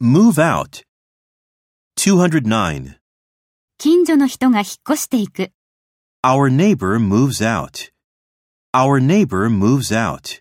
Move out. 209. 近所の人が引っ越していく。 Our neighbor moves out. Our neighbor moves out.